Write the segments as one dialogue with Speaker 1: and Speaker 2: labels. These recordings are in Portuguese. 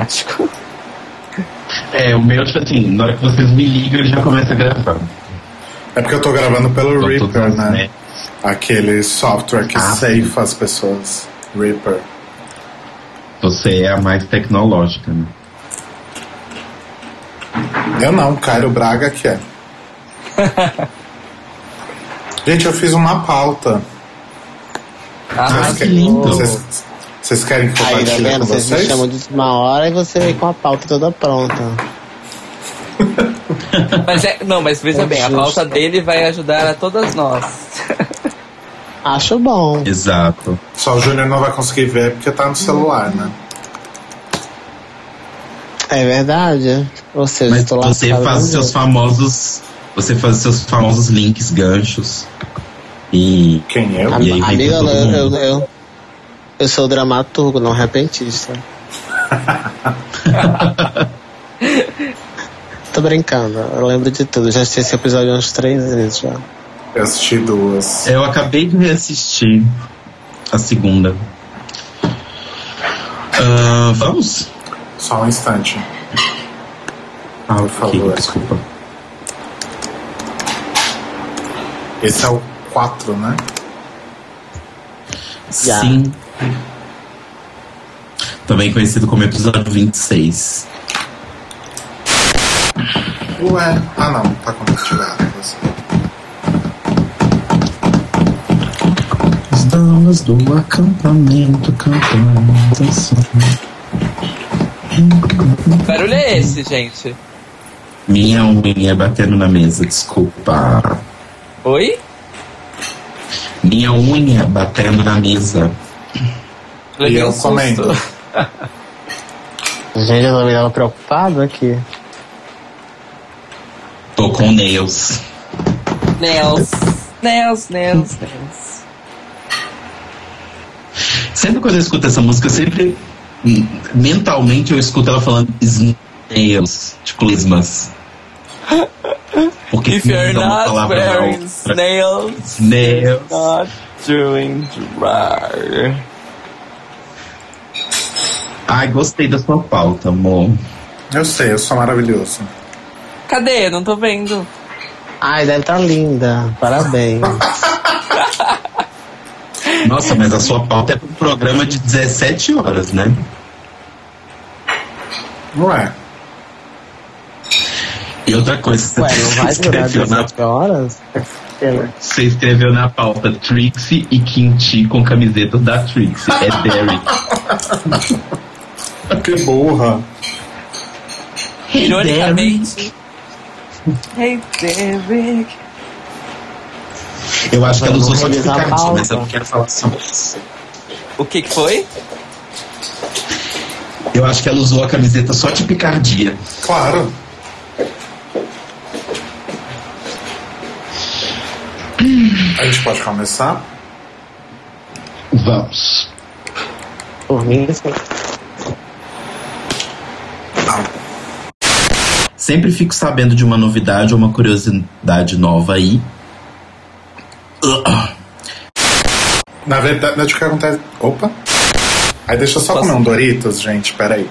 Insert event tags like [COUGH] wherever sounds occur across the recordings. Speaker 1: automático.
Speaker 2: É, o meu, tipo assim, na hora que vocês me ligam, eu já começo a gravar. Então,
Speaker 3: É porque eu tô gravando pelo
Speaker 2: Tô todo
Speaker 3: Reaper, né?
Speaker 2: certo.
Speaker 3: Aquele software que
Speaker 2: Ah,
Speaker 3: safe
Speaker 2: sim.
Speaker 3: as pessoas. Reaper.
Speaker 2: Você é a mais tecnológica, né?
Speaker 3: Eu não, Cairo Braga
Speaker 2: [LAUGHS]
Speaker 3: que é. Gente, eu fiz uma pauta.
Speaker 1: Ah,
Speaker 2: Nossa, que
Speaker 3: querem-
Speaker 2: lindo.
Speaker 3: Vocês, vocês querem que eu
Speaker 4: Aí, tá
Speaker 3: compartilhe
Speaker 4: vendo?
Speaker 3: com
Speaker 4: Vocês me
Speaker 3: vocês?
Speaker 4: chamam de última hora e você vem com a pauta toda pronta.
Speaker 1: mas é, não, mas veja
Speaker 4: É
Speaker 1: bem, a
Speaker 4: justo.
Speaker 1: pauta dele vai ajudar a todas nós.
Speaker 4: Acho bom.
Speaker 2: Exato.
Speaker 3: Só o Júnior não vai conseguir ver porque tá no celular, né?
Speaker 4: É verdade. Ou seja,
Speaker 2: Mas
Speaker 4: eu tô lá
Speaker 2: você faz os seus famosos. Você faz os seus famosos links, ganchos. E.
Speaker 3: Quem
Speaker 4: Ah,
Speaker 3: eu?
Speaker 2: e aí vem
Speaker 4: Amiga, eu,
Speaker 2: todo
Speaker 4: eu,
Speaker 2: mundo.
Speaker 4: eu, eu sou dramaturgo, não
Speaker 2: [LAUGHS]
Speaker 4: repentista. Tô brincando, eu lembro de tudo. Já assisti esse episódio umas três vezes já.
Speaker 3: Eu assisti duas.
Speaker 2: Eu acabei de reassistir a segunda. Ah, vamos?
Speaker 3: Só um instante.
Speaker 2: Ah,
Speaker 3: Por
Speaker 2: ok,
Speaker 3: favor.
Speaker 2: desculpa.
Speaker 3: Esse é o 4, né?
Speaker 4: Já.
Speaker 2: Sim. Também conhecido como episódio 26.
Speaker 3: Ué. Ah, não. Tá compartilhado. Você.
Speaker 2: As damas do acampamento cantando assim.
Speaker 1: Que barulho é esse, gente?
Speaker 2: Minha unha batendo na mesa, desculpa.
Speaker 1: Oi?
Speaker 2: Minha unha batendo na mesa.
Speaker 3: E
Speaker 1: Levei um
Speaker 3: eu
Speaker 1: susto.
Speaker 3: comendo.
Speaker 4: Gente, eu também tava preocupado aqui.
Speaker 2: Tô com nails.
Speaker 1: Nels. Nels, Nels, Nels.
Speaker 2: Sempre quando eu escuto essa música, eu sempre. hum, Mentalmente eu escuto ela falando snails, tipo lismas. Porque
Speaker 1: If you're
Speaker 2: dá uma
Speaker 1: not
Speaker 2: palavra na
Speaker 1: wearing
Speaker 2: outra.
Speaker 1: snails,
Speaker 2: Snails.
Speaker 1: not doing dry.
Speaker 2: Ai, gostei da sua pauta, amor.
Speaker 3: Eu sei, eu sou maravilhoso.
Speaker 1: Cadê? Não tô vendo.
Speaker 4: Ai, deve tá linda. Parabéns.
Speaker 2: Nossa, mas a sua pauta é para um programa de 17 horas, né?
Speaker 3: Ué.
Speaker 2: E outra coisa,
Speaker 4: Ué,
Speaker 2: você, [LAUGHS]
Speaker 4: não vai durar
Speaker 2: escreveu na,
Speaker 4: 17 horas?
Speaker 2: você escreveu na pauta Trixie e Quinti com camiseta da Trixie. É Derek.
Speaker 3: Que burra.
Speaker 2: Hey,
Speaker 1: Ironicamente. Hey, Derek.
Speaker 2: Eu acho que ela usou só
Speaker 4: Vamos revisar a
Speaker 2: explicativo, mas eu não
Speaker 4: pauta.
Speaker 2: quero falar sobre isso.
Speaker 1: O que que foi?
Speaker 2: Eu acho que ela usou a camiseta só de picardia.
Speaker 3: Claro. A gente pode começar?
Speaker 2: Vamos.
Speaker 4: Por mim, isso-
Speaker 2: Sempre fico sabendo de uma novidade ou uma curiosidade nova aí.
Speaker 3: Na verdade, deixa eu perguntar. Opa! Aí deixa eu só
Speaker 1: Posso?
Speaker 3: comer um Doritos, gente, peraí.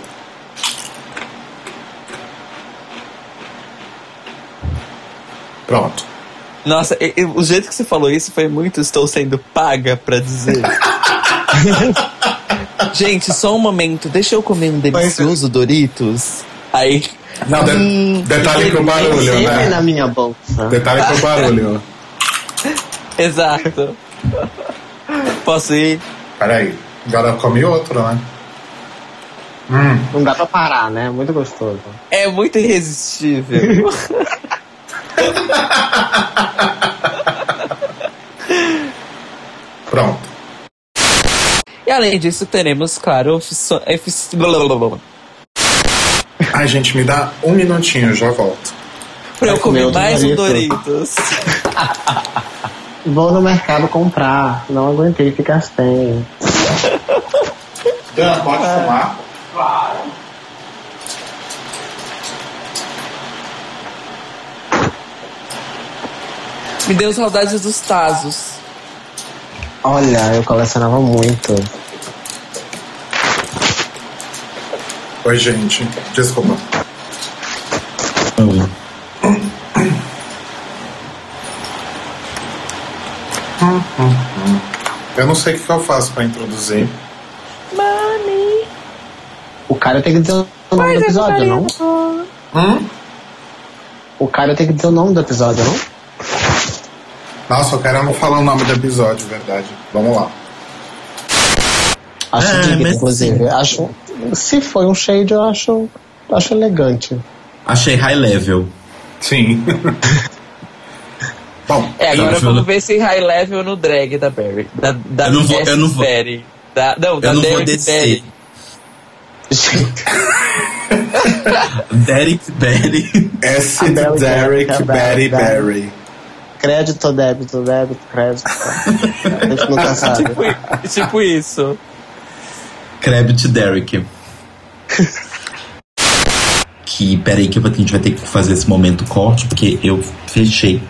Speaker 3: Pronto.
Speaker 1: Nossa, e- e- o jeito que você falou isso foi muito estou sendo paga pra dizer. Gente, só um momento, deixa eu comer um delicioso Doritos. Aí. Hum.
Speaker 3: Não, de- detalhe pro barulho,
Speaker 4: Sempre na
Speaker 3: né?
Speaker 4: minha bolsa.
Speaker 3: Detalhe pro barulho.
Speaker 1: Exato. Posso ir?
Speaker 3: Peraí. Agora eu comi outro, né?
Speaker 4: Não dá pra parar, né? Muito gostoso.
Speaker 1: É muito irresistível.
Speaker 3: Pronto.
Speaker 1: e além disso, teremos, claro, ofici- ofici- blá, blá, blá, blá.
Speaker 3: Ai, gente, me dá um minutinho, eu já volto.
Speaker 1: pra eu
Speaker 4: comer
Speaker 1: comer
Speaker 4: outro
Speaker 1: mais um
Speaker 4: Dorito.
Speaker 1: Doritos.
Speaker 4: Vou no mercado comprar. Não aguentei ficar sem.
Speaker 3: Dan, pode fumar?
Speaker 1: Me deu saudades dos Tazos.
Speaker 4: Olha, eu colecionava muito.
Speaker 3: Oi, gente. Desculpa. Eu não sei o que que eu faço pra introduzir.
Speaker 1: Mami,
Speaker 4: O cara tem que dizer o nome do episódio, não?
Speaker 3: Hum?
Speaker 4: O cara tem que dizer o nome do episódio, não?
Speaker 3: Nossa, eu quero não falar o nome do episódio, verdade. Vamos lá.
Speaker 4: Acho
Speaker 3: Ah,
Speaker 2: É,
Speaker 4: digno,
Speaker 2: mas
Speaker 4: inclusive. Acho, se foi um shade, eu acho,
Speaker 3: [LAUGHS]
Speaker 4: acho elegante.
Speaker 2: Achei high level.
Speaker 3: Sim. [LAUGHS] Bom,
Speaker 1: É, agora
Speaker 2: Não,
Speaker 1: vamos
Speaker 2: eu-
Speaker 1: ver esse high level no drag da Barry. Da, da
Speaker 2: Eu não vou- eu não vou-
Speaker 1: Berry. Da, não, da
Speaker 2: Eu não vou
Speaker 1: Derek
Speaker 2: descer.
Speaker 1: Berry.
Speaker 2: Derek Berry.
Speaker 3: S
Speaker 4: É, A Bela
Speaker 3: de Derek
Speaker 4: Derek,
Speaker 3: Barry
Speaker 4: Barry.
Speaker 3: Barry.
Speaker 4: crédito ou débito, débito,
Speaker 3: [LAUGHS]
Speaker 4: crédito. A gente
Speaker 3: Tá
Speaker 4: nunca sabe.
Speaker 1: Tipo, i- tipo isso.
Speaker 2: Crebit Derek. que, peraí, que eu vou- a gente vai ter que fazer esse momento corte, porque eu fechei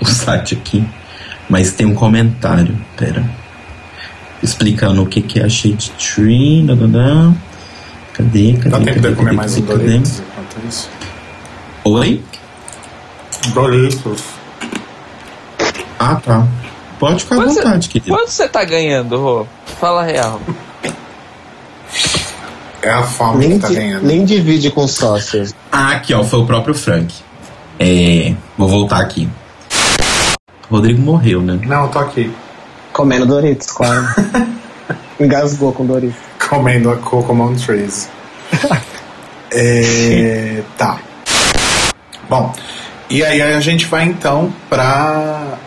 Speaker 2: o site aqui. Mas tem um comentário, pera. Explicando o que, que é a Shade Tree. dadadã. Cadê, cadê,
Speaker 3: Dá
Speaker 2: cadê,
Speaker 3: tempo de
Speaker 2: cadê,
Speaker 3: eu comer
Speaker 2: cadê,
Speaker 3: mais um
Speaker 2: cadê,
Speaker 3: Doritos enquanto isso?
Speaker 2: Oi?
Speaker 3: Doritos.
Speaker 2: Ah, tá. Pode ficar à
Speaker 1: Mas é-
Speaker 2: vontade, querido.
Speaker 1: Quanto você tá ganhando, Rô? Fala a real.
Speaker 3: É a fome
Speaker 4: Nem,
Speaker 3: que tá
Speaker 4: di-
Speaker 3: ganhando.
Speaker 4: nem divide com sócios.
Speaker 2: Ah, aqui, ó, foi o próprio Frank. É, vou voltar aqui. Rodrigo morreu, né?
Speaker 3: Não, eu tô aqui.
Speaker 4: Comendo Doritos, claro. [LAUGHS] Engasgou com Doritos.
Speaker 3: Comendo a Coco
Speaker 4: [LAUGHS]
Speaker 3: Montrese. é, tá. Bom, e aí a gente vai então para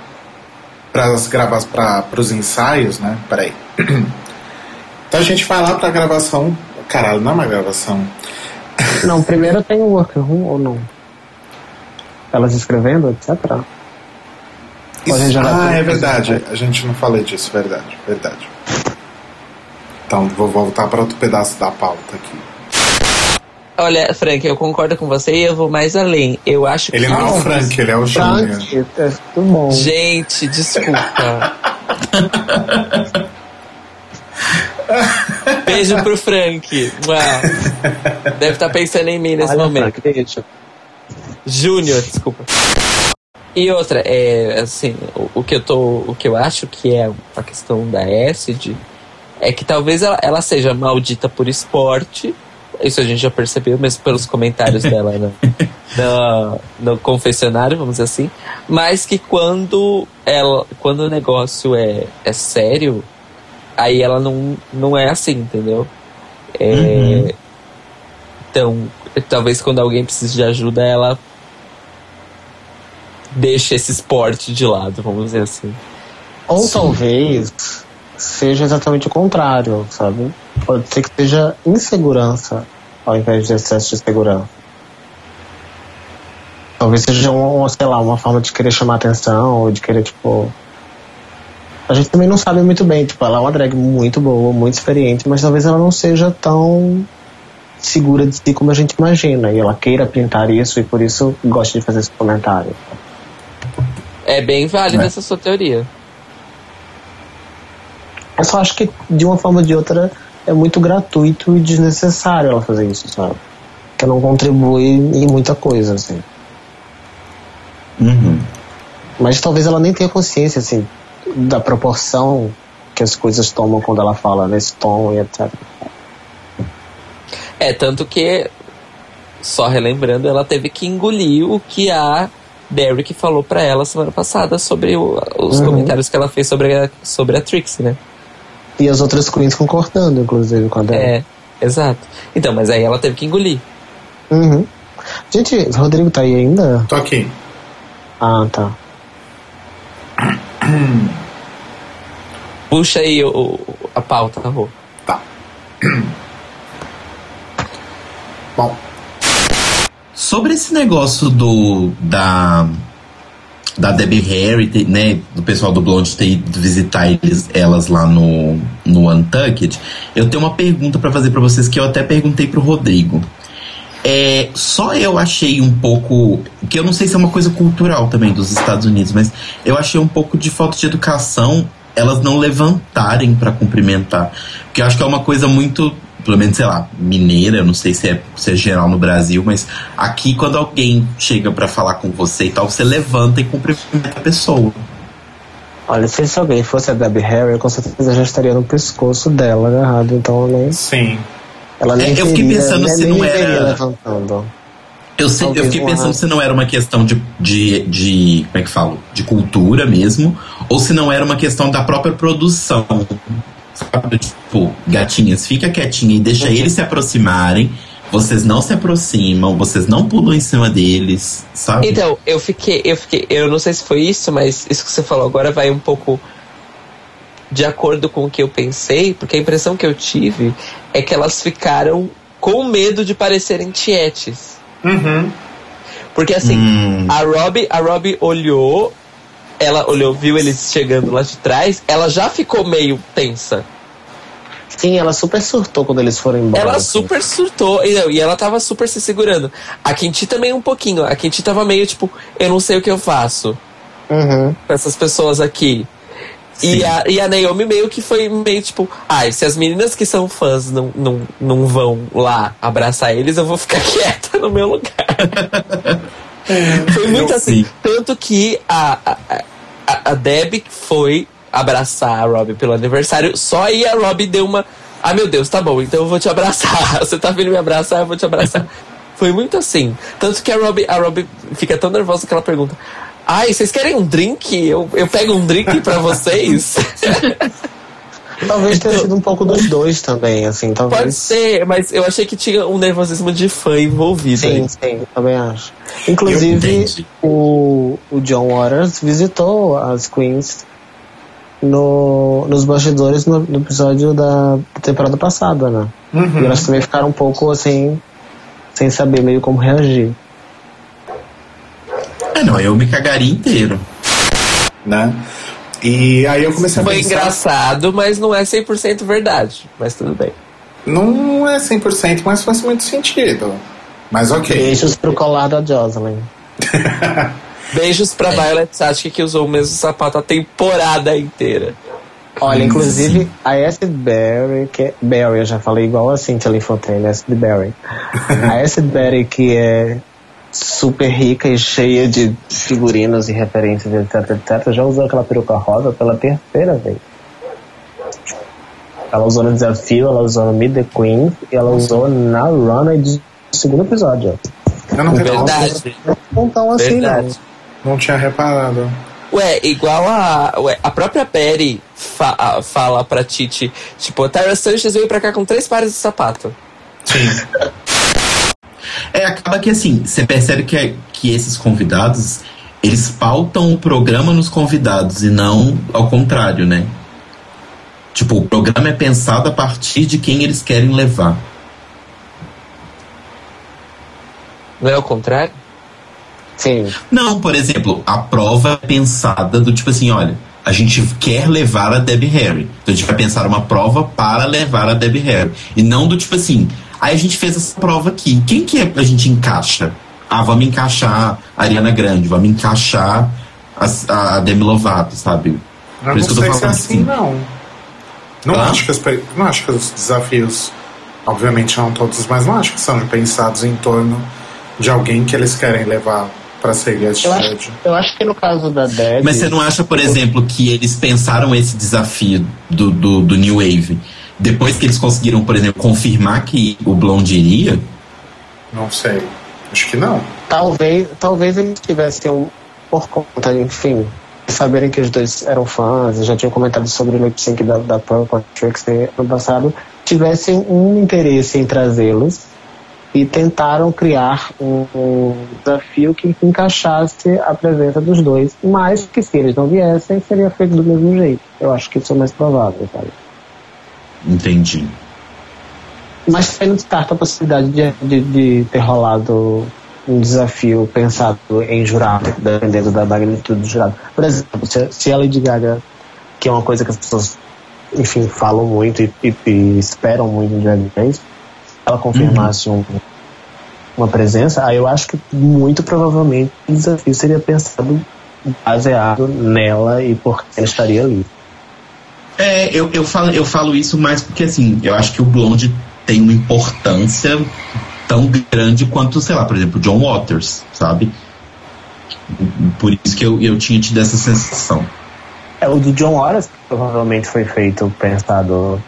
Speaker 3: para as gravas para os ensaios, né? Peraí. [CLEARS THROAT] Então a gente vai lá para gravação. Caralho, não é uma gravação.
Speaker 4: Não, primeiro tem o workroom ou não? Elas escrevendo, etc. Ou a gente já tá vai
Speaker 3: ah,
Speaker 4: pro-
Speaker 3: é verdade.
Speaker 4: né?
Speaker 3: A gente não falei disso, verdade, verdade. Então vou voltar para outro pedaço da pauta aqui.
Speaker 1: Olha, Frank, eu concordo com você e eu vou mais além. Eu acho
Speaker 3: Ele
Speaker 1: que.
Speaker 3: não é o Frank, ele é o Júnior.
Speaker 4: Frank, é tudo bom.
Speaker 1: Gente,
Speaker 3: [LAUGHS]
Speaker 1: desculpa. Beijo pro Frank. Uau. Deve estar pensando em mim nesse
Speaker 4: Olha,
Speaker 1: momento.
Speaker 4: Frank, deixa.
Speaker 1: Júnior, desculpa. E outra, é assim, o, o que eu tô, o que eu acho que é a questão da Acid é que talvez ela, ela seja maldita por esporte. Isso a gente já percebeu, mesmo pelos comentários dela no, no, no confessionário, vamos dizer assim. Mas que quando ela, quando o negócio é, é sério, aí ela não, não é assim, entendeu? É, Então, talvez quando alguém precise de ajuda, ela deixa esse esporte de lado, vamos dizer assim.
Speaker 4: Ou talvez seja exatamente o contrário, sabe? Pode ser que seja insegurança ao invés de excesso de segurança. Talvez seja um, um, sei lá, uma forma de querer chamar atenção ou de querer, tipo. A gente também não sabe muito bem, tipo, ela é uma drag muito boa, muito experiente, mas talvez ela não seja tão segura de si como a gente imagina. E ela queira pintar isso e por isso gosta de fazer esse comentário.
Speaker 1: É bem válida essa sua teoria.
Speaker 4: Eu só acho que, de uma forma ou de outra, é muito gratuito e desnecessário ela fazer isso, sabe? Que não contribui em muita coisa, assim.
Speaker 2: Uhum.
Speaker 4: Mas talvez ela nem tenha consciência, assim, da proporção que as coisas tomam quando ela fala nesse tom e etc.
Speaker 1: É, tanto que, só relembrando, ela teve que engolir o que a Derek falou pra ela semana passada sobre o- os
Speaker 4: Uhum.
Speaker 1: comentários que ela fez sobre a, sobre a Trixie, né?
Speaker 4: E as outras queens concordando, inclusive, com a dela.
Speaker 1: É. exato. Então, mas aí ela teve que engolir.
Speaker 4: Uhum. Gente, Rodrigo tá aí ainda?
Speaker 3: Tô aqui.
Speaker 4: Ah, tá.
Speaker 1: Puxa aí o- o- a pauta, Rô.
Speaker 3: Tá. Bom,
Speaker 2: Sobre esse negócio do da da Debbie Harry, te- né, do pessoal do Blonde ter ido visitar eles, elas lá no no Untucked, eu tenho uma pergunta pra fazer pra vocês que eu até perguntei pro Rodrigo. É, só eu achei um pouco, que eu não sei se é uma coisa cultural também dos Estados Unidos, mas eu achei um pouco de falta de educação elas não levantarem pra cumprimentar, porque eu acho que é uma coisa muito pelo menos, sei lá, mineira, eu não sei se é, se é geral no Brasil, mas aqui quando alguém chega para falar com você e tal, você levanta e cumprimenta a pessoa.
Speaker 4: Olha, se esse alguém fosse a Debbie Harry, com certeza já estaria no pescoço dela agarrado, então ela nem.
Speaker 3: Sim.
Speaker 4: Ela nem
Speaker 2: É, eu fiquei
Speaker 4: teria-
Speaker 2: pensando
Speaker 4: nem-
Speaker 2: se
Speaker 4: nem
Speaker 2: não
Speaker 4: teria
Speaker 2: era-
Speaker 4: levantando.
Speaker 2: Eu, sei, eu
Speaker 4: Talvez
Speaker 2: fiquei
Speaker 4: um
Speaker 2: pensando
Speaker 4: ar.
Speaker 2: se não era uma questão de, de, de. Como é que falo? De cultura mesmo, ou se não era uma questão da própria produção. Sabe? Tipo, gatinhas, fica quietinha e deixa eles se aproximarem. Vocês não se aproximam, vocês não pulam em cima deles, sabe?
Speaker 1: Então, eu fiquei, eu fiquei, eu não sei se foi isso, mas isso que você falou agora vai um pouco de acordo com o que eu pensei, porque a impressão que eu tive é que elas ficaram com medo de parecerem tietes.
Speaker 3: Uhum.
Speaker 1: Porque assim,
Speaker 2: Hum.
Speaker 1: a Robbie, a Robbie olhou, ela olhou, viu eles chegando lá de trás, ela já ficou meio tensa.
Speaker 4: Sim, ela super surtou quando eles foram embora.
Speaker 1: Ela
Speaker 4: assim.
Speaker 1: super surtou e, não, e ela tava super se segurando. A Quinti também um pouquinho, a Quinti tava meio tipo, eu não sei o que eu faço.
Speaker 4: Uhum.
Speaker 1: com essas pessoas aqui. E
Speaker 2: Sim.
Speaker 1: a, e a Naomi meio que foi meio tipo, ai, se as meninas que são fãs não, não, não vão lá abraçar eles, eu vou ficar [LAUGHS] quieta no meu lugar. foi muito
Speaker 2: Eu-
Speaker 1: assim.
Speaker 2: sim.
Speaker 1: Tanto que a, a, a, a Deb foi abraçar a Robbie pelo aniversário, só aí a Robbie deu uma. Ah, meu Deus, tá bom, então eu vou te abraçar. [LAUGHS] Você tá vindo me abraçar, eu vou te abraçar. Foi muito assim. Tanto que a Robbie, a Robbie fica tão nervosa que ela pergunta: Ai, vocês querem um drink? Eu, eu pego um drink pra vocês?
Speaker 4: Talvez tenha sido um pouco dos dois também, assim, talvez.
Speaker 1: [LAUGHS] Pode ser, mas eu achei que tinha um nervosismo de fã envolvido.
Speaker 4: Sim,
Speaker 1: aí.
Speaker 4: sim, também acho.
Speaker 2: Eu
Speaker 4: Inclusive,
Speaker 2: entendi.
Speaker 4: o, o John Waters visitou as Queens no, nos bastidores no, no episódio da temporada passada, né?
Speaker 2: Uhum.
Speaker 4: E elas também ficaram um pouco assim, sem saber meio como reagir.
Speaker 2: É, não, eu me cagaria inteiro.
Speaker 3: Né? E aí eu comecei a
Speaker 1: Foi
Speaker 3: pensar.
Speaker 1: engraçado, mas não é 100% verdade. Mas tudo bem.
Speaker 3: Não é 100%, mas faz muito sentido. Mas ok.
Speaker 4: Beijos pro colar da Jocelyn.
Speaker 1: Beijos
Speaker 3: É.
Speaker 1: pra Violet Sachk que usou o mesmo sapato a temporada inteira.
Speaker 4: Olha,
Speaker 2: Sim,
Speaker 4: inclusive,
Speaker 2: sim.
Speaker 4: a Acid Berry, que é, Berry, eu já falei igual assim, a Cynthia Linfotelli, Acid
Speaker 2: [LAUGHS]
Speaker 4: é Berry. A Acid Berry, que é super rica e cheia de figurinos e referências, etc, etc, já usou aquela peruca rosa pela terceira vez. Ela usou no Desafio, ela usou no Meet the Queen e ela usou na Runner do segundo episódio.
Speaker 3: Eu Ah,
Speaker 4: é
Speaker 3: não, tenho-
Speaker 1: Verdade.
Speaker 4: Então, assim, né?
Speaker 1: Verdade.
Speaker 3: não tinha reparado.
Speaker 1: Ué, igual a. ué, a própria Perry fa- a- fala pra Titi, tipo, Tyra Sanchez veio pra cá com três pares de sapato.
Speaker 2: É, acaba que assim, você percebe que, que esses convidados, eles pautam o programa nos convidados e não ao contrário, né? Tipo, o programa é pensado a partir de quem eles querem levar.
Speaker 1: Não é o contrário?
Speaker 4: Sim.
Speaker 2: Não, por exemplo, a prova é pensada do tipo assim, olha, a gente quer levar a Debbie Harry. Então a gente vai pensar uma prova para levar a Debbie Harry. E não do tipo assim, aí a gente fez essa prova aqui. Quem que é- a gente encaixa? Ah, vamos encaixar a Ariana Grande, vamos encaixar a, a Demi Lovato, sabe?
Speaker 3: Eu
Speaker 2: Por
Speaker 3: não
Speaker 2: isso que eu tô
Speaker 3: sei se é
Speaker 2: falando
Speaker 3: assim,
Speaker 2: assim.
Speaker 3: não. Não,
Speaker 2: Hã?
Speaker 3: acho que as pe- não acho que os desafios, obviamente não todos, mas não acho que são pensados em torno de alguém que eles querem levar pra ser guest
Speaker 4: Eu acho,
Speaker 3: judge.
Speaker 4: eu acho que no caso da Debbie...
Speaker 2: Mas você não acha, por exemplo, que eles pensaram esse desafio do, do, do New Wave? Depois que eles conseguiram, por exemplo, confirmar que o Blonde iria,
Speaker 3: Não sei. Acho que não.
Speaker 4: Talvez, talvez eles tivessem um por conta, enfim, de saberem que os dois eram fãs, eu já tinha comentado sobre o lip sync da, da Pearl com a Trixie ano passado, tivessem um interesse em trazê-los e tentaram criar um, um desafio que encaixasse a presença dos dois, mas que se eles não viessem, seria feito do mesmo jeito. Eu acho que isso é mais provável, sabe?
Speaker 2: entendi.
Speaker 4: Mas também não descarta a possibilidade de, de, de ter rolado um desafio pensado em jurado, dependendo da magnitude do jurado. Por exemplo, se, se a Lady Gaga, que é uma coisa que as pessoas, enfim, falam muito e, e- e esperam muito de Drag Race, ela confirmasse um- uma presença, aí eu acho que muito provavelmente o desafio seria pensado baseado nela e por que ela estaria ali.
Speaker 2: É, eu, eu, falo, eu falo isso mais porque assim, eu acho que o Blonde tem uma importância tão grande quanto, sei lá, por exemplo, John Waters, sabe? Por isso que eu, eu tinha tido essa sensação.
Speaker 4: É o do John Waters provavelmente foi feito pensado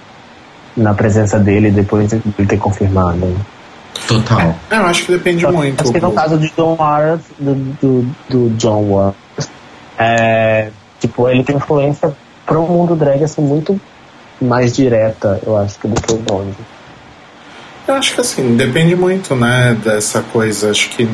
Speaker 4: na presença dele depois de ele ter confirmado.
Speaker 2: Total.
Speaker 3: É, eu acho que depende
Speaker 4: Só-
Speaker 3: muito.
Speaker 4: Acho que tá no caso do John Waters, do, do, do John Waters, é, tipo, ele tem influência pro mundo drag assim muito mais direta, eu acho, que do que o Bond.
Speaker 3: Eu acho que assim, depende muito, né, dessa coisa. Acho que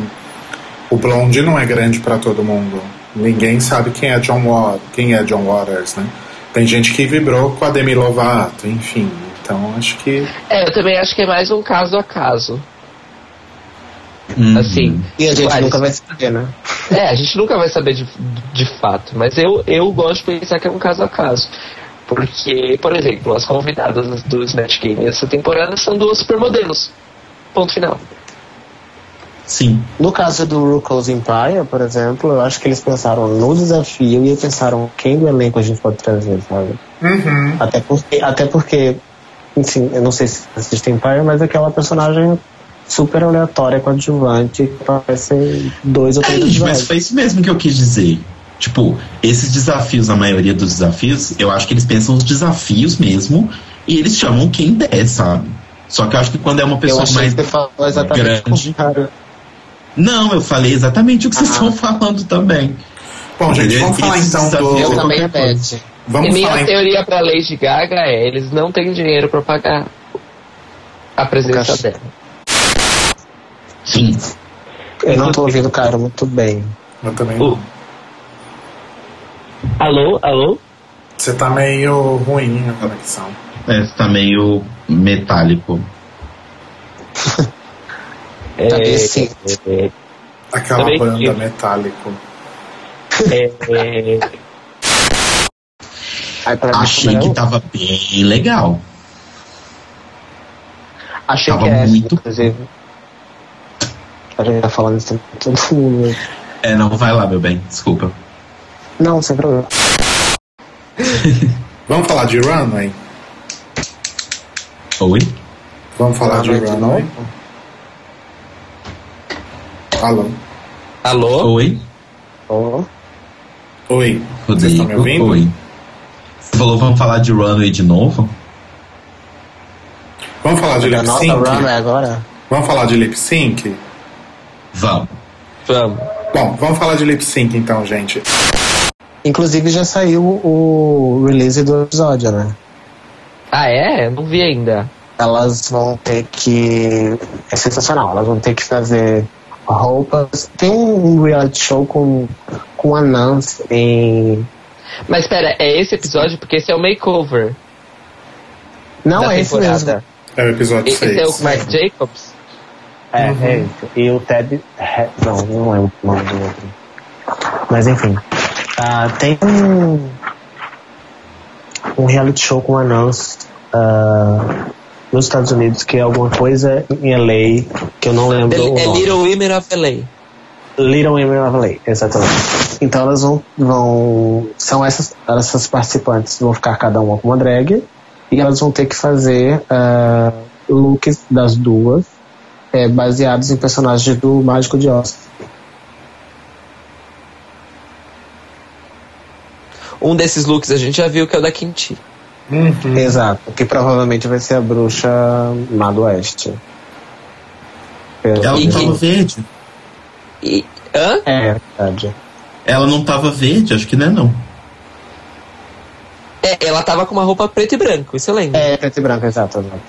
Speaker 3: o Blonde não é grande pra todo mundo. Ninguém sabe quem é John Waters, quem é John Waters, né? Tem gente que vibrou com a Demi Lovato, enfim. Então acho que
Speaker 1: É, eu também acho que é mais um caso a caso.
Speaker 2: Uhum.
Speaker 1: Assim.
Speaker 4: E a gente
Speaker 1: claro,
Speaker 4: nunca vai saber, né?
Speaker 1: É, a gente nunca vai saber de, de fato, mas eu, eu gosto de pensar que é um caso a caso. Porque, por exemplo, as convidadas do Snatch Game essa temporada são duas supermodelos. Ponto final.
Speaker 2: Sim.
Speaker 4: No caso do RuPaul's Empire, por exemplo, eu acho que eles pensaram no desafio e pensaram quem do elenco a gente pode trazer, sabe?
Speaker 1: Uhum.
Speaker 4: Até, porque, até porque, enfim, eu não sei se assiste Empire, mas aquela personagem super aleatória, coadjuvante, que aparece dois ou
Speaker 2: É,
Speaker 4: três
Speaker 2: gente, mas
Speaker 4: episódios.
Speaker 2: foi isso mesmo que eu quis dizer. Tipo, esses desafios, a maioria dos desafios, eu acho que eles pensam os desafios mesmo e eles chamam quem der, sabe? Só que eu acho que quando é uma
Speaker 4: Eu
Speaker 2: pessoa
Speaker 4: achei
Speaker 2: mais.
Speaker 4: que você falou exatamente
Speaker 2: grande.
Speaker 4: o contrário.
Speaker 2: Não, eu falei exatamente o que vocês
Speaker 4: Ah.
Speaker 2: estão falando também.
Speaker 3: Bom, gente,
Speaker 2: Ele-
Speaker 3: vamos falar
Speaker 2: esse
Speaker 3: então do.
Speaker 2: desafio
Speaker 1: Eu também
Speaker 2: qualquer coisa.
Speaker 1: pede. E
Speaker 3: Vamos falar
Speaker 1: minha
Speaker 3: então.
Speaker 1: teoria pra Lady Gaga é: eles não têm dinheiro pra pagar a presença
Speaker 4: cachê.
Speaker 1: dela.
Speaker 2: Sim.
Speaker 4: Eu não tô ouvindo o cara muito bem.
Speaker 3: Eu também.
Speaker 1: O- Alô, alô?
Speaker 3: Você tá meio ruim a conexão.
Speaker 2: Esse tá meio metálico.
Speaker 1: É,
Speaker 4: Tá decente.
Speaker 1: é,
Speaker 3: Aquela
Speaker 1: Também
Speaker 3: banda
Speaker 1: que-
Speaker 3: metálico.
Speaker 1: é, é.
Speaker 4: Aí pra mim,
Speaker 2: Achei
Speaker 4: como é
Speaker 2: que
Speaker 4: o-
Speaker 2: tava bem legal.
Speaker 4: [LAUGHS] Achei
Speaker 2: Tava
Speaker 4: que é,
Speaker 2: muito-
Speaker 4: inclusive. A gente tá falando isso pra todo mundo.
Speaker 2: É, não, vai lá, meu bem, desculpa.
Speaker 4: Não, sem problema.
Speaker 3: Vamos falar de Runway?
Speaker 2: Oi?
Speaker 3: Vamos falar de
Speaker 4: Runway de
Speaker 3: Runway? Alô?
Speaker 1: Alô?
Speaker 2: Oi?
Speaker 4: Ó,
Speaker 3: Oi. Vocês estão me
Speaker 2: Rodrigo?
Speaker 3: ouvindo?
Speaker 2: Oi. Você falou, vamos falar de Runway de novo?
Speaker 3: Vamos falar de
Speaker 4: da
Speaker 3: lip
Speaker 4: nossa
Speaker 3: sync?
Speaker 1: é-
Speaker 4: runway é agora?
Speaker 3: Vamos falar de lip sync?
Speaker 2: Vamos.
Speaker 1: Vamos.
Speaker 3: Bom, vamos falar de lip sync então, gente.
Speaker 4: Inclusive já saiu o release do episódio, né?
Speaker 1: Ah, é? Eu Não vi ainda.
Speaker 4: Elas vão ter que. É sensacional, elas vão ter que fazer roupas. Tem um reality show com, com anãs em.
Speaker 1: Mas pera, é esse episódio? Porque esse é o makeover.
Speaker 4: Não,
Speaker 1: da
Speaker 4: é esse
Speaker 1: temporada.
Speaker 4: mesmo.
Speaker 3: É o episódio
Speaker 1: Esse é o
Speaker 3: 6.
Speaker 1: Mark Jacobs?
Speaker 4: É, é isso. E o Ted. Re- Não, não lembro o nome do outro. Mas enfim. Ah, tem um. Um reality show com anãs ah, nos Estados Unidos que é alguma coisa em LA que eu não lembro. o
Speaker 1: é
Speaker 4: nome.
Speaker 1: Little Women of LA.
Speaker 4: Little Women of LA, exatamente. Então elas vão, vão são essas, essas participantes vão ficar cada uma com uma drag e elas vão ter que fazer ah, looks das duas eh, baseados em personagens do Mágico de Oz.
Speaker 1: Um desses looks a gente já viu que é o da Quinti.
Speaker 3: Uhum.
Speaker 4: Uhum. Exato, que provavelmente vai ser a bruxa lá do Oeste. Pelo-
Speaker 2: Ela não
Speaker 1: E-
Speaker 2: tava verde.
Speaker 1: E. Hã?
Speaker 4: É, verdade.
Speaker 2: Ela não tava verde, acho que não é não.
Speaker 1: É, ela tava com uma roupa preto e branco, isso eu lembro.
Speaker 4: É, preto e branco, exato, exato.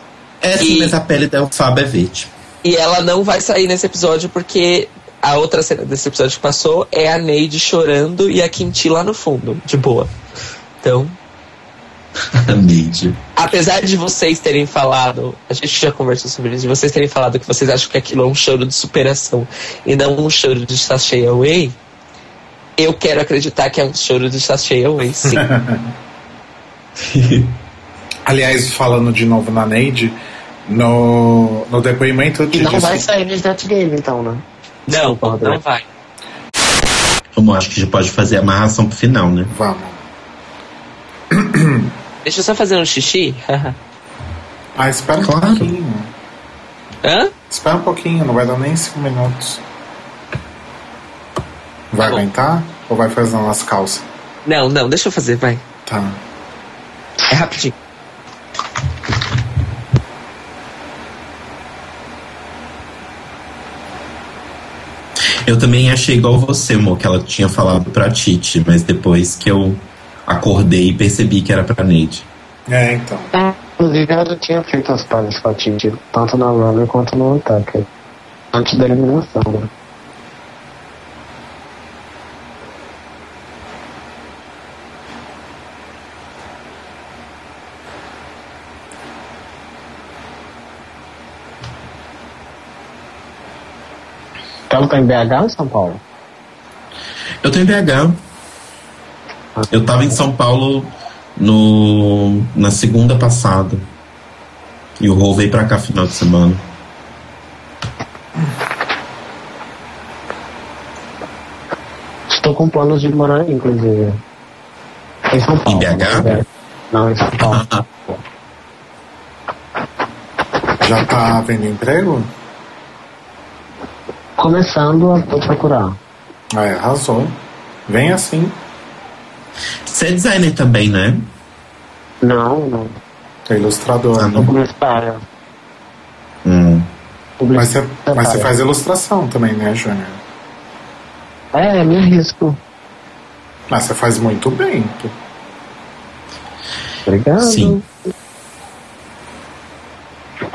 Speaker 2: É sim,
Speaker 1: E-
Speaker 2: mas a pele da Fábio é verde. [LAUGHS]
Speaker 1: E ela não vai sair nesse episódio porque a outra cena desse episódio que passou é a Neide chorando e a Quinti lá no fundo, de boa. Então,
Speaker 2: Neide.
Speaker 1: apesar de vocês terem falado, a gente já conversou sobre isso, de vocês terem falado que vocês acham que aquilo é um choro de superação e não um choro de sachê away, eu quero acreditar que é um choro de sachê away, sim.
Speaker 3: Aliás, falando de novo na Neide, no, no depoimento
Speaker 4: E
Speaker 3: de.
Speaker 4: não vai sair no Snatch Game, então, né?
Speaker 1: não,
Speaker 4: Desculpa,
Speaker 1: não
Speaker 4: Roberto.
Speaker 1: vai.
Speaker 2: Como eu acho que já pode fazer a amarração pro final, né?
Speaker 3: Vamos.
Speaker 1: Deixa eu só fazer um xixi.
Speaker 3: Ah, espera
Speaker 2: Claro.
Speaker 3: um pouquinho.
Speaker 1: [LAUGHS] Hã?
Speaker 3: Espera um pouquinho, não vai dar nem 5 minutos. Vai
Speaker 1: Tá bom.
Speaker 3: aguentar? Ou vai fazer nas calças?
Speaker 1: Não, não, deixa eu fazer, vai.
Speaker 3: Tá.
Speaker 1: É rapidinho.
Speaker 2: Eu também achei igual você, Mo, que ela tinha falado pra Titi, mas depois que eu acordei e percebi que era pra Neide.
Speaker 3: É, então.
Speaker 4: Inclusive, ela já tinha feito as páginas com a Titi, tanto na Runner quanto no Attacker. Antes da eliminação, né? Ela tá em BH ou em São Paulo?
Speaker 2: Eu tô em BH. Eu tava em São Paulo no, na segunda passada. E o Rô veio pra cá final de semana.
Speaker 4: Estou com planos de morar aí, inclusive. Em São Paulo.
Speaker 2: BH?
Speaker 4: né? Não, em São Paulo.
Speaker 3: Já tá vendo emprego?
Speaker 4: Começando a a procurar.
Speaker 3: É, arrasou. Vem assim.
Speaker 2: Você é designer também, né?
Speaker 4: Não, não.
Speaker 3: É ilustrador.
Speaker 2: Ah,
Speaker 3: né?
Speaker 2: não.
Speaker 4: Publicitária.
Speaker 2: Hum.
Speaker 3: Mas você, mas você
Speaker 4: Publicitária.
Speaker 3: faz ilustração também, né, Júnior?
Speaker 4: É, me arrisco.
Speaker 3: Mas você faz muito bem. pô.
Speaker 4: Obrigado.
Speaker 2: Sim.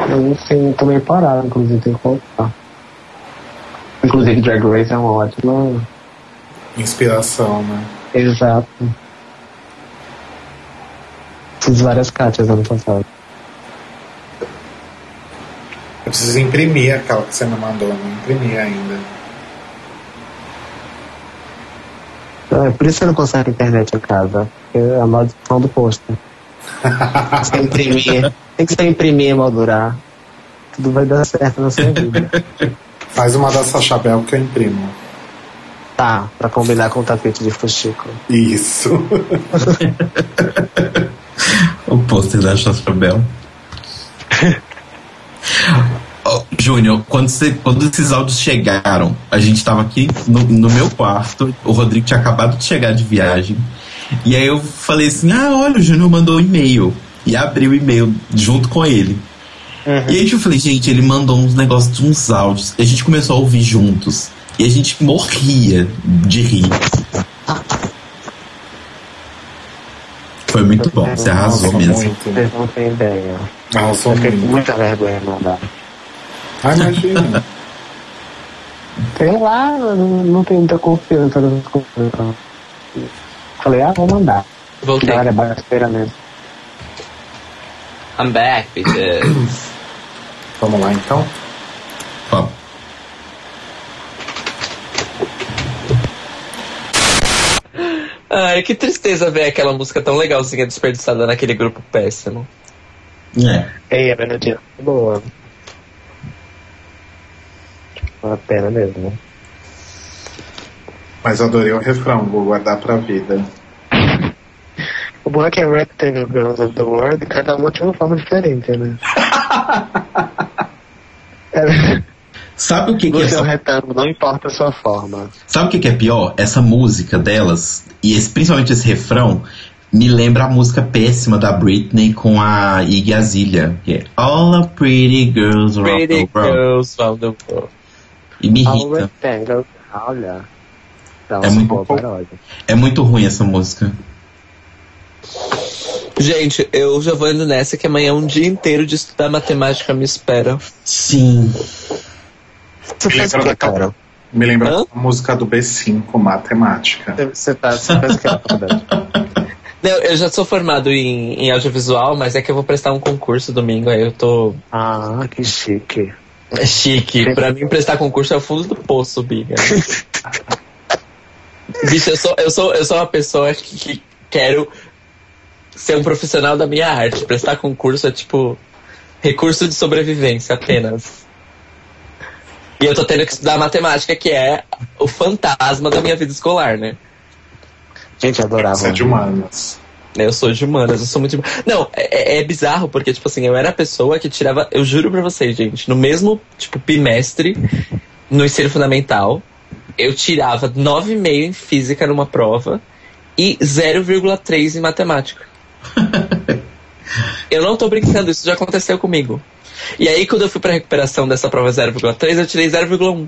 Speaker 4: Eu não sei, eu tô meio parado, inclusive, tem que voltar. Inclusive, Drag Race é um ótimo.
Speaker 3: Inspiração, né?
Speaker 4: Exato. Fiz várias Kátias ano passado.
Speaker 3: Eu preciso imprimir aquela que você me mandou, não imprimi ainda.
Speaker 4: É, por isso que eu não conservo internet em casa. porque É a maldição do pôster. Tem que ser imprimir. Tem que ser imprimir e moldurar. Tudo vai dar certo na sua vida.
Speaker 3: Faz uma da Sacha Bell que eu imprimo.
Speaker 4: Tá, pra combinar com o tapete de fuxico.
Speaker 3: Isso.
Speaker 2: O pôster da Chastabel. Ô, Júnior, quando, você- quando esses áudios chegaram, a gente tava aqui no, no meu quarto, o Rodrigo tinha acabado de chegar de viagem. E aí eu falei assim: ah, olha, o Júnior mandou um e-mail. E abri o e-mail junto com ele.
Speaker 3: Uhum.
Speaker 2: E aí eu falei, gente, ele mandou uns negócios, uns áudios. E a gente começou a ouvir juntos. E a gente morria de rir. Foi muito bom, você arrasou
Speaker 3: Nossa,
Speaker 2: [LAUGHS] mesmo.
Speaker 3: muito.
Speaker 4: Vocês não têm ideia.
Speaker 3: Arrasou
Speaker 4: Eu fiquei com
Speaker 3: muito.
Speaker 4: muita vergonha de mandar.
Speaker 3: Ah, imagina.
Speaker 4: Sei lá, eu não, não tenho muita confiança nessas coisas. não. Falei, ah, vou mandar.
Speaker 1: Voltei.
Speaker 4: Galera, é bagaceira mesmo.
Speaker 1: I'm back, bitches.
Speaker 3: Vamos lá, então.
Speaker 2: Ó,
Speaker 1: Ai, que tristeza ver aquela música tão legalzinha desperdiçada naquele grupo péssimo.
Speaker 2: É.
Speaker 4: Ei, a melodia é boa. Uma pena mesmo. né?
Speaker 3: Mas adorei o refrão, vou guardar pra vida.
Speaker 4: O bom é que a Red teve o Girls of the World e cada uma tinha uma forma diferente, né? É,
Speaker 2: Sabe o que, que
Speaker 4: No
Speaker 2: é
Speaker 4: seu
Speaker 2: essa-
Speaker 4: um retângulo, não importa a sua forma.
Speaker 2: sabe o que, que é pior? Essa música delas, e esse- principalmente esse refrão, me lembra a música péssima da Britney com a Iggy Azalea, que é All the Pretty Girls Around
Speaker 1: Pretty
Speaker 2: the World.
Speaker 1: girls from the world.
Speaker 2: E me
Speaker 4: Ao
Speaker 2: irrita.
Speaker 4: rectangle, olha. Dá
Speaker 2: É
Speaker 4: uma
Speaker 2: muito
Speaker 4: boa
Speaker 2: bom.
Speaker 4: paródia.
Speaker 2: É muito ruim essa música.
Speaker 1: Gente, eu já vou indo nessa que amanhã é um dia inteiro de estudar matemática me espera.
Speaker 2: Sim.
Speaker 4: Você fez o
Speaker 3: Lembra
Speaker 4: que,
Speaker 3: daquela-
Speaker 4: cara?
Speaker 3: Me lembra
Speaker 1: Hã?
Speaker 3: a música do B5, Matemática.
Speaker 4: Você tá, você fez o que, na verdade?
Speaker 1: Não, eu já sou formado em, em audiovisual, mas é que eu vou prestar um concurso domingo, aí eu tô
Speaker 4: [LAUGHS] Ah, que chique.
Speaker 1: é chique. Pra mim, prestar concurso é o fundo do poço, biga. Bicho, eu sou, eu sou, eu sou uma pessoa que, que quero ser um profissional da minha arte. Prestar concurso é tipo recurso de sobrevivência apenas. E eu tô tendo que estudar matemática, que é o fantasma da minha vida escolar, né?
Speaker 4: Gente, eu adorava.
Speaker 3: Você é de humanas.
Speaker 1: né? Eu sou de humanas, eu sou muito. de- Não, é, é bizarro, porque, tipo assim, eu era a pessoa que tirava. Eu juro pra vocês, gente, no mesmo, tipo, bimestre, no ensino fundamental, eu tirava 9,5 em física numa prova e 0,3 em matemática. eu não tô brincando, isso já aconteceu comigo. E aí, quando eu fui pra recuperação dessa prova 0,3, eu tirei 0,1.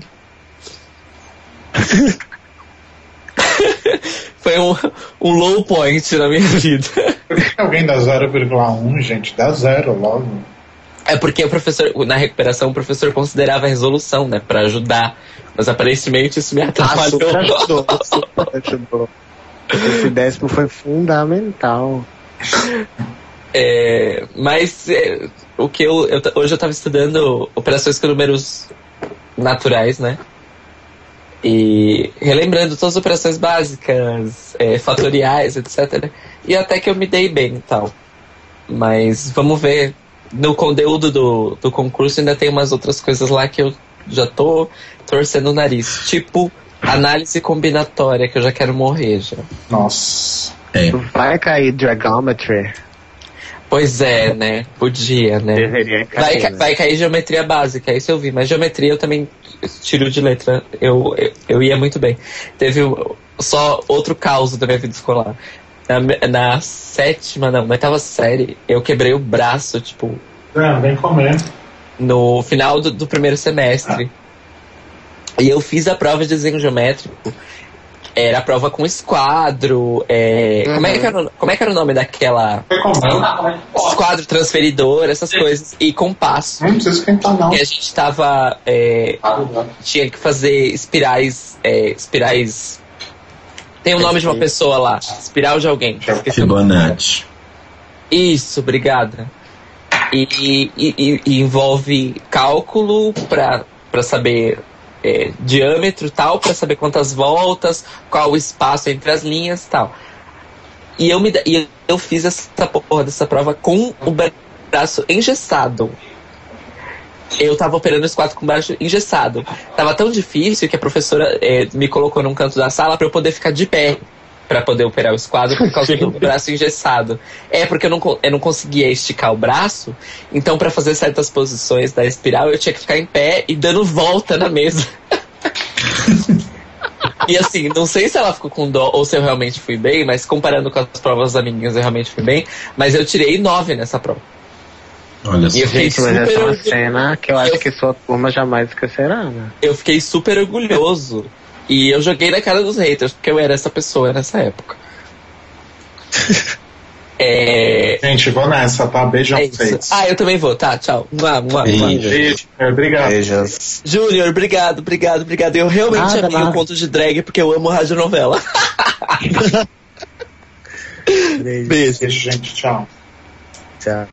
Speaker 1: Foi um, um low point na minha [LAUGHS] vida.
Speaker 3: Por que alguém dá 0,1, gente? Dá zero logo.
Speaker 1: É porque o professor, na recuperação, o professor considerava a resolução, né? Pra ajudar. Mas aparentemente isso me
Speaker 4: Ah,
Speaker 1: atrapalhou.
Speaker 4: super ajudou, super ajudou. Esse décimo foi fundamental.
Speaker 1: É, mas é, o que eu, eu ta- hoje eu tava estudando operações com números naturais, né? E relembrando todas as operações básicas, é, fatoriais, etc. E até que eu me dei bem e tal. Mas vamos ver. No conteúdo do, do concurso ainda tem umas outras coisas lá que eu já tô torcendo o nariz. Tipo, análise combinatória, que eu já quero morrer já.
Speaker 3: Nossa.
Speaker 2: É.
Speaker 4: Vai cair Dragometry.
Speaker 1: Pois é, né? Podia, né?
Speaker 4: Deveria
Speaker 1: Vai,
Speaker 4: cair.
Speaker 1: ca- vai cair geometria básica, isso eu vi. Mas geometria eu também tiro de letra. Eu, eu, eu ia muito bem. Teve o- só outro caos da minha vida escolar. Na, me- na sétima, não, na oitava série, eu quebrei o braço, tipo,
Speaker 3: É, vem comer.
Speaker 1: no final do, do primeiro semestre. E eu fiz a prova de desenho geométrico. Era a prova com esquadro. é, como, é que era, o- como é que era o nome daquela.
Speaker 3: Vem comer.
Speaker 1: Esquadro transferidor, essas coisas. E compasso.
Speaker 3: Não precisa esquentar, não.
Speaker 1: Que a gente tava. é, tinha que fazer espirais. é, espirais. Tem o nome de uma pessoa lá. Espiral de alguém. Esqueci o nome.
Speaker 2: Fibonacci.
Speaker 1: Isso, obrigada. E, e- e- e envolve cálculo pra pra saber é, diâmetro e tal, pra saber quantas voltas, qual o espaço entre as linhas e tal. E eu, me, da- e eu fiz essa porra dessa prova com o bra- braço engessado. Eu tava operando os quatro com o braço engessado. Tava tão difícil que a professora é, me colocou num canto da sala pra eu poder ficar de pé. Pra poder operar o esquadro por causa do braço engessado. É porque eu não, co- eu não conseguia esticar o braço, então pra fazer certas posições da espiral eu tinha que ficar em pé e dando volta na mesa. [LAUGHS] e assim, não sei se ela ficou com dó ou se eu realmente fui bem, mas comparando com as provas das amiguinhas eu realmente fui bem, mas eu tirei nove nessa prova.
Speaker 2: Olha só.
Speaker 1: E eu fiquei
Speaker 4: Gente, mas essa é uma
Speaker 1: super,
Speaker 4: cena que eu acho que sua turma jamais esquecerá, né?
Speaker 1: eu fiquei super orgulhoso. E eu joguei na cara dos haters, porque eu era essa pessoa nessa época. é.
Speaker 3: Gente, vou nessa, tá? Beijão
Speaker 1: É
Speaker 3: pra
Speaker 1: isso.
Speaker 3: vocês.
Speaker 1: Ah, eu também vou, tá? Tchau. Mua, mua, mua.
Speaker 2: Beijo.
Speaker 3: Beijo. Obrigado.
Speaker 4: Beijos.
Speaker 1: Júnior, obrigado, obrigado, obrigado. Eu realmente
Speaker 4: Nada,
Speaker 1: amei o
Speaker 4: nada.
Speaker 1: conto de drag porque eu amo radionovela.
Speaker 4: Beijo.
Speaker 1: Beijo.
Speaker 3: Beijo, gente. Tchau.
Speaker 4: Tchau.